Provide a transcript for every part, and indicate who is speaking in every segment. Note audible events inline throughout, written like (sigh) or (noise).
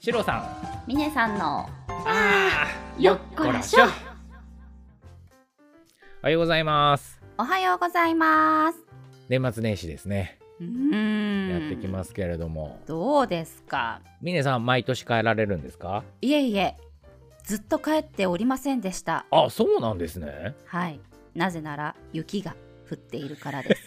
Speaker 1: シロさん
Speaker 2: ミネさんの
Speaker 1: あー
Speaker 2: よっこらしょ
Speaker 1: おはようございます
Speaker 2: おはようございます
Speaker 1: 年末年始ですね、
Speaker 2: うーん
Speaker 1: やってきますけれども
Speaker 2: どうですか
Speaker 1: ミネさん毎年帰られるんですか
Speaker 2: いえいえずっと帰っておりませんでした
Speaker 1: あそうなんですね
Speaker 2: はいなぜなら雪が降っているからです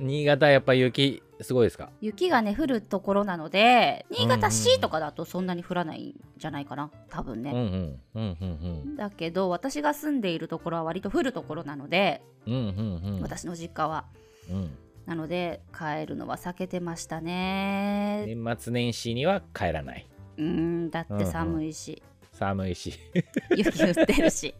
Speaker 1: 新潟やっぱ雪すごいですか
Speaker 2: 雪がね降るところなので新潟
Speaker 1: うんうんう
Speaker 2: 市
Speaker 1: ん
Speaker 2: とかだとそんなに降らないんじゃないかな多分
Speaker 1: うんう
Speaker 2: ね、
Speaker 1: んうんうん
Speaker 2: だけど私が住んでいるところは割と降るところなので、
Speaker 1: うんうんうんうん
Speaker 2: 私の実家は
Speaker 1: うん
Speaker 2: なので帰るのは避けてましたね
Speaker 1: 年末年始には帰らないう
Speaker 2: ーんだって寒いし、
Speaker 1: 寒いし
Speaker 2: 雪降って
Speaker 1: (laughs)
Speaker 2: るし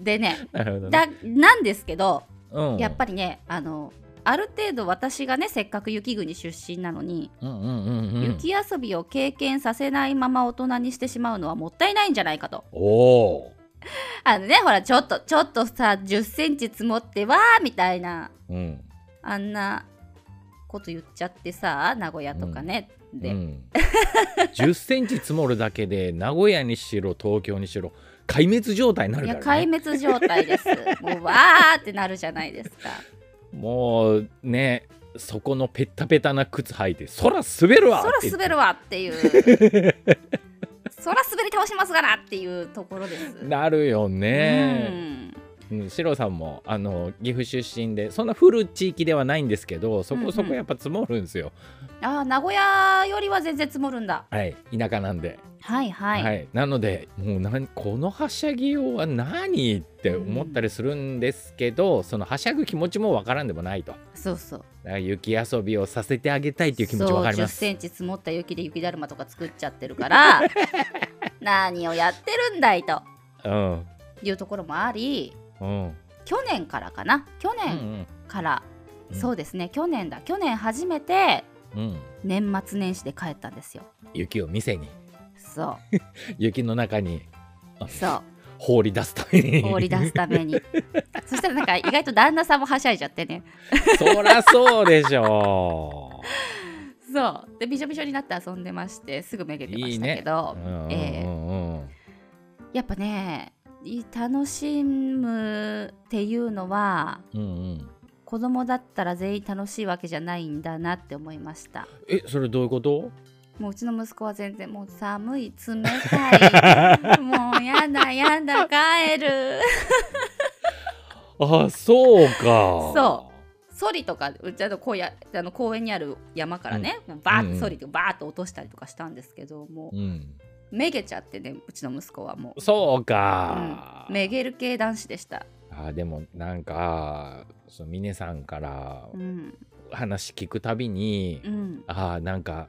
Speaker 2: でね
Speaker 1: なるほどね
Speaker 2: (laughs) だなんですけど
Speaker 1: うん
Speaker 2: やっぱりねあのある程度私がねせっかく雪国出身なのに、
Speaker 1: うんうんうんうん
Speaker 2: 雪遊びを経験させないまま大人にしてしまうのはもったいないんじゃないかと
Speaker 1: おお
Speaker 2: あのねほらちょっとちょっとさ1 0センチ積もってわーみたいな
Speaker 1: ーうん
Speaker 2: あんなこと言っちゃってさ名古屋とかね、で、
Speaker 1: うん、10センチ積もるだけで名古屋にしろ東京にしろ壊滅状態にないる
Speaker 2: や
Speaker 1: から、
Speaker 2: 壊
Speaker 1: ね、
Speaker 2: 滅状
Speaker 1: (laughs)
Speaker 2: 態ですもうわーってなるじゃないですか
Speaker 1: もうねそこのペッタペタな靴履いて空滑るわ
Speaker 2: そら
Speaker 1: って言って
Speaker 2: 滑るわっていうそら滑り倒しますがなっていうところです
Speaker 1: なるよ
Speaker 2: う
Speaker 1: ね、
Speaker 2: ん
Speaker 1: うん、シロさんもあの岐阜出身でそんな降る地域ではないんですけどそこそこやっぱ積もるんですよ、
Speaker 2: あー名古屋よりは全然積もるんだ
Speaker 1: はい田舎なんで
Speaker 2: はいはい、
Speaker 1: はい、なのでもうなんこのはしゃぎようは何って思ったりするんですけど、そのはしゃぐ気持ちもわからんでもないとだか
Speaker 2: そうそう
Speaker 1: ら雪遊びをさせてあげたいっていう気持ちわかります
Speaker 2: 1 0ンチ積もった雪で雪だるまとか作っちゃってるから
Speaker 1: (laughs)
Speaker 2: 何をやってるんだいと
Speaker 1: うん
Speaker 2: いうところもあり
Speaker 1: うんうん
Speaker 2: 去年からかな去
Speaker 1: う
Speaker 2: 年
Speaker 1: ん
Speaker 2: から、
Speaker 1: うん
Speaker 2: そうですね去年だ去年初めて
Speaker 1: うん
Speaker 2: 年末年始で帰ったんですよ
Speaker 1: 雪を店に
Speaker 2: そ
Speaker 1: 雪の中にあ
Speaker 2: うそう
Speaker 1: 放り出すために
Speaker 2: 放り出すた
Speaker 1: (laughs)
Speaker 2: めにそしたらなんか意外と旦那さんもはしゃいじゃってね
Speaker 1: そらそうでしょ
Speaker 2: そうでびしょびしょになって遊んでましてすぐめげてましたけ
Speaker 1: う
Speaker 2: ど
Speaker 1: うんうん
Speaker 2: え
Speaker 1: うん
Speaker 2: やっぱねい楽しむっていうのは
Speaker 1: うんうん
Speaker 2: 子供だったら全員楽しいわけじゃないんだなって思いました
Speaker 1: えそれどういうこと
Speaker 2: もううちの息子は全然もう寒い冷た
Speaker 1: (laughs)
Speaker 2: いもうやだやだ帰る
Speaker 1: あそうか
Speaker 2: そソリとかうちあのこうやあの公園にある山からね、もう
Speaker 1: う
Speaker 2: バー
Speaker 1: ん
Speaker 2: ッ
Speaker 1: うん
Speaker 2: とソリってバーッと落としたりとかしたんですけどもう
Speaker 1: うん
Speaker 2: めげちゃってねうちの息子はも
Speaker 1: そう
Speaker 2: う、
Speaker 1: か、
Speaker 2: うん、めげる系男子でした、
Speaker 1: あーでもなんかその峰さんから
Speaker 2: うん
Speaker 1: 話聞くたびに、
Speaker 2: うん、
Speaker 1: ああなんか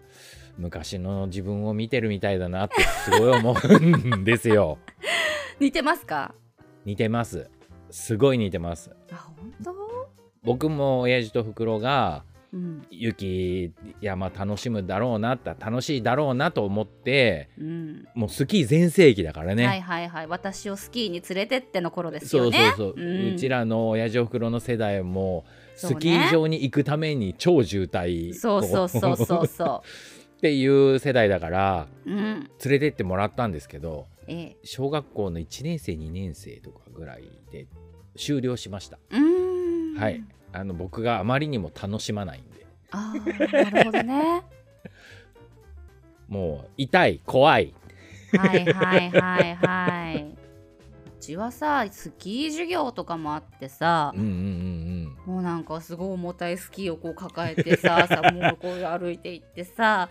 Speaker 1: 昔の自分を見てるみたいだなってすごい思うんですよ
Speaker 2: (laughs) 似てますか
Speaker 1: 似てますすごい似てます
Speaker 2: あ本当、
Speaker 1: 僕も親父と袋が
Speaker 2: うん
Speaker 1: 雪山楽しむだろうなって楽しいだろうなと思って
Speaker 2: うん
Speaker 1: もうスキー全盛期だからね、
Speaker 2: はいはいはい私をスキーに連れてっての頃です
Speaker 1: そ
Speaker 2: よ
Speaker 1: う
Speaker 2: ね
Speaker 1: そうそう、うんちらの親父おふくろの世代も
Speaker 2: そうね
Speaker 1: スキー場に行くために超渋滞
Speaker 2: そうそうそう
Speaker 1: (laughs)
Speaker 2: そうそ
Speaker 1: っていう世代だから
Speaker 2: (laughs) ううん
Speaker 1: 連れてってもらったんですけど
Speaker 2: ええ
Speaker 1: 小学校の1年生2年生とかぐらいで終了しました、
Speaker 2: うーん
Speaker 1: はいあの僕があまりにも楽しまないんで
Speaker 2: あーなるほどね
Speaker 1: もう痛い怖い
Speaker 2: はいはいはいはいうちはさスキー授業とかもあってさ、
Speaker 1: うんうんうん
Speaker 2: もうなんかすごい重たいスキーをこう抱え
Speaker 1: (laughs)
Speaker 2: てささもうこう歩いていってさ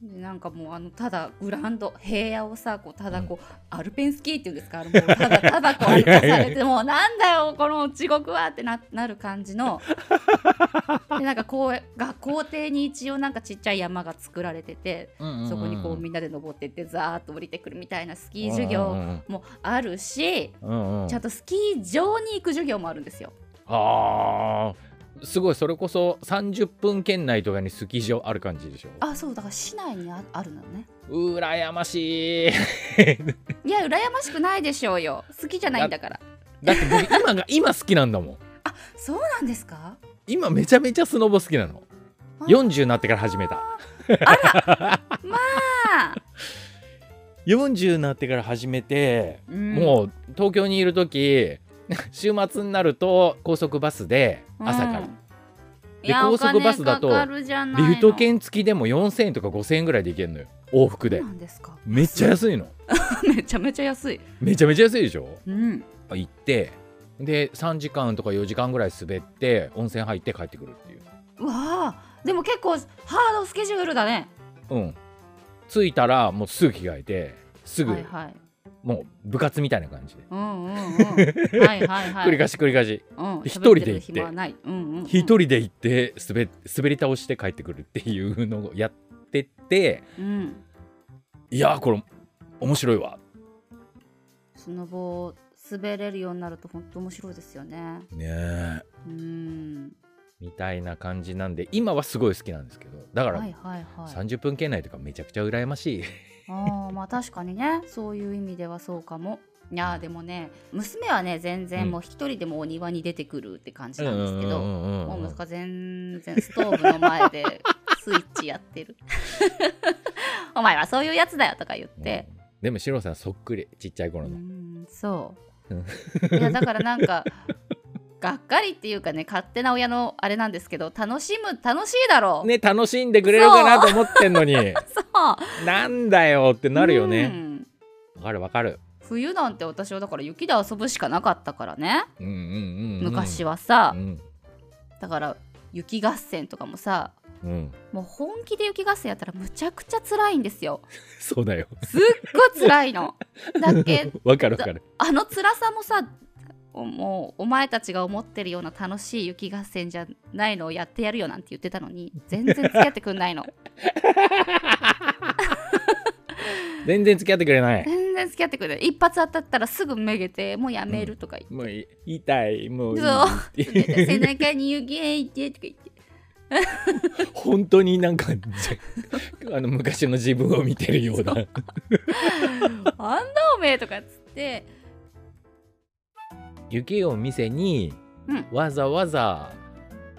Speaker 2: でなんかもうあのただグラウンド平野をさこうただこう、アルペンスキーっていうんですかあれもうただ
Speaker 1: (laughs)
Speaker 2: ただこう歩かさ
Speaker 1: はい
Speaker 2: れてもうなんだよこの地獄はってななる感じのでなんかこう学校庭に一応なんかちっちゃい山が作られてて
Speaker 1: うんうんうん
Speaker 2: そこにこうみんなで登ってってザーッと降りてくるみたいなスキー授業もあるし
Speaker 1: うんうん
Speaker 2: ちゃんとスキー場に行く授業もあるんですよ。
Speaker 1: あーすごいそれこそ30分圏内とかにスキー場ある感じでしょ
Speaker 2: あそうだから市内にああるのね
Speaker 1: 羨ましい
Speaker 2: (laughs)
Speaker 1: (laughs)
Speaker 2: いや羨ましくないでしょうよ好きじゃないんだから
Speaker 1: だって僕今が今好きなんだもん
Speaker 2: そうなんですか
Speaker 1: 今めちゃめちゃスノボ好きなの40になってから始めた
Speaker 2: あ
Speaker 1: 40になってから始めて、
Speaker 2: ーうん
Speaker 1: もう東京にいる時 (laughs) 週末になると高速バスで朝から、
Speaker 2: うん
Speaker 1: で
Speaker 2: いや
Speaker 1: 高速バスだと
Speaker 2: お金かかるじゃないの
Speaker 1: リフト券付きでも4000円とか5000円ぐらいで行けるのよ往復で
Speaker 2: そうなんですか
Speaker 1: めっちゃ安いの
Speaker 2: (laughs) めちゃめちゃ安い
Speaker 1: めちゃめちゃ安いでしょ
Speaker 2: うん
Speaker 1: 行ってで3時間とか4時間ぐらい滑って温泉入って帰ってくるっていう
Speaker 2: うわあでも結構ハードスケジュールだね
Speaker 1: うん着いたらもうすぐ着替えてすぐ
Speaker 2: はいはい
Speaker 1: もう部活みたいな感じで、
Speaker 2: うん
Speaker 1: (laughs)
Speaker 2: うんうんはいはいはい
Speaker 1: 繰り返し繰り返し
Speaker 2: うん
Speaker 1: 一人で行って
Speaker 2: 喋る暇はないうんうんうん
Speaker 1: 一人で行って滑滑り倒して帰ってくるっていうのをやってって
Speaker 2: うん
Speaker 1: いやーこれ面白いわ
Speaker 2: スノボ滑れるようになると本当面白いですよね
Speaker 1: ねえ
Speaker 2: うん
Speaker 1: みたいな感じなんで今はすごい好きなんですけどだから
Speaker 2: はいはいはい
Speaker 1: 30分圏内とかめちゃくちゃ羨ましい
Speaker 2: あーまあ確かにねそういう意味ではそうかもいやーでもね娘はね全
Speaker 1: うん
Speaker 2: 然もう一人でもお庭に出てくるって感じなんですけど、
Speaker 1: うんうんうんうん
Speaker 2: もう息子は全然ストーブの前で (laughs) スイッチやってる (laughs) お前はそういうやつだよとか言って、
Speaker 1: うんでもシロさんそっくりちっちゃいう頃の、
Speaker 2: ん、そうういやだからなんかがっかりっていうかね勝手な親のあれなんですけど楽しむ楽しいだろう、
Speaker 1: ね楽しんでくれるかなと思ってんのに
Speaker 2: そう
Speaker 1: (laughs) なんだよってなるよ
Speaker 2: う
Speaker 1: ね
Speaker 2: ん
Speaker 1: わかるわかる
Speaker 2: 冬なんて私はだから雪で遊ぶしかなかったからね
Speaker 1: うんうんうん、うん、
Speaker 2: 昔
Speaker 1: は
Speaker 2: はさ、
Speaker 1: うん
Speaker 2: だから雪合戦とかもさ
Speaker 1: うん、
Speaker 2: もう本気で雪合戦やったらむちゃくちゃ辛いんですよ
Speaker 1: そうだよ
Speaker 2: すっごい辛い
Speaker 1: (laughs)
Speaker 2: のだけ
Speaker 1: わかるわかる
Speaker 2: あの辛さもさおもうお前たちが思ってるような楽しい雪合戦じゃないのをやってやるよなんて言ってたのに全然付き合ってく
Speaker 1: (laughs)
Speaker 2: んないの
Speaker 1: 全然付き合ってくれない
Speaker 2: 全然付き合ってくれない一発当たったらすぐめげてもうやめるとか言って
Speaker 1: もうい痛いもういい
Speaker 2: そう
Speaker 1: って
Speaker 2: で背中に湯気いてとか言って
Speaker 1: 本当になんかあの昔の自分を見てるような
Speaker 2: 「あんだおめえ」とかっつって
Speaker 1: (laughs) 雪を見せに、
Speaker 2: うん
Speaker 1: わざわざ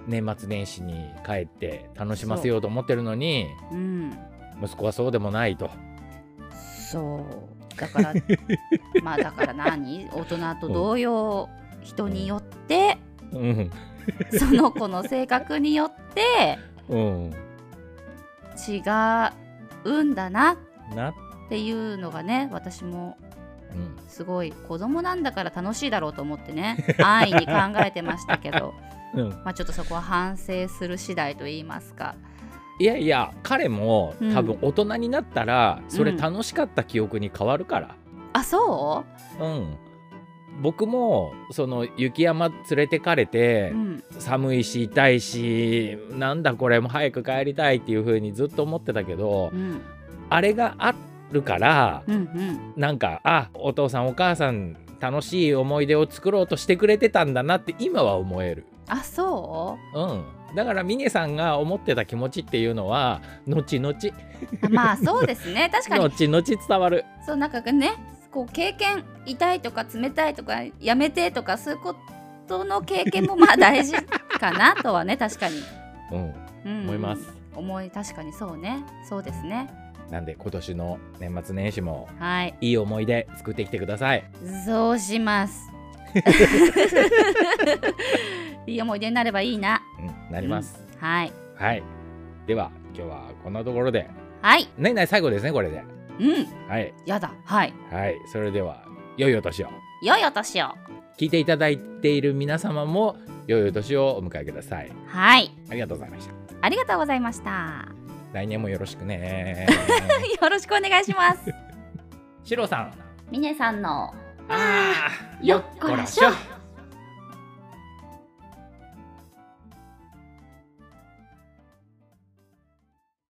Speaker 1: 年末年始に帰って楽しませようと思ってるのに
Speaker 2: うん
Speaker 1: 息子はそうでもないと
Speaker 2: そうだから
Speaker 1: (laughs)
Speaker 2: まあだから何大人と同様人によって
Speaker 1: うん
Speaker 2: その子の性格によって
Speaker 1: うん
Speaker 2: 違うんだなっ
Speaker 1: な、
Speaker 2: ていうのがね私も
Speaker 1: うん、
Speaker 2: すごい子供なんだから楽しいだろうと思って
Speaker 1: (laughs)
Speaker 2: ね安易に考えてましたけど
Speaker 1: うん、
Speaker 2: まあちょっとそこは反省する次第と言いますか
Speaker 1: いやいや彼も
Speaker 2: うん
Speaker 1: 多分大人になったら、それ
Speaker 2: うん
Speaker 1: 楽しかった記憶に変わるから
Speaker 2: あそ
Speaker 1: うん僕もその雪山連れてかれ
Speaker 2: う、
Speaker 1: て、
Speaker 2: うん、
Speaker 1: 寒いし痛いしなんだこれもう早く帰りたいっていう風にずっと思ってたけど、
Speaker 2: うん
Speaker 1: あれがあるから
Speaker 2: うんうん
Speaker 1: なんかあお父さんお母さん楽しい思い出を作ろうとしてくれてたんだなって今は思える。
Speaker 2: あそ
Speaker 1: うんだから峰さんが思ってた気持ちっていうのは後々後
Speaker 2: う (laughs) まあそうですね確かに
Speaker 1: 々伝わる
Speaker 2: そうなんかねこう経験痛いとか冷たいとかやめてとかそういうことの経験もまあ大事かなとはね (laughs) 確かに、
Speaker 1: うん
Speaker 2: うん
Speaker 1: 思います
Speaker 2: 思い確かにそうねそうですね
Speaker 1: なんで今年の年末年始も
Speaker 2: はい
Speaker 1: いい思い出作ってきてください
Speaker 2: そうします (laughs) いい思い出になればいいな
Speaker 1: うんなります、
Speaker 2: はい
Speaker 1: はいでは今日はこんなところで
Speaker 2: はい
Speaker 1: 年内最後ですねこれで
Speaker 2: うん
Speaker 1: はい
Speaker 2: やだはい
Speaker 1: はいそれでは良いお年を
Speaker 2: 良いお年を
Speaker 1: 聞いていただいている皆様も良いお年をお迎えください
Speaker 2: はい
Speaker 1: ありがとうございました
Speaker 2: ありがとうございました (laughs)
Speaker 1: 来年もよろしくね
Speaker 2: よろしくお願いし (laughs) ます
Speaker 1: シロさん
Speaker 2: みねさんの
Speaker 1: あー
Speaker 2: よっこらしょ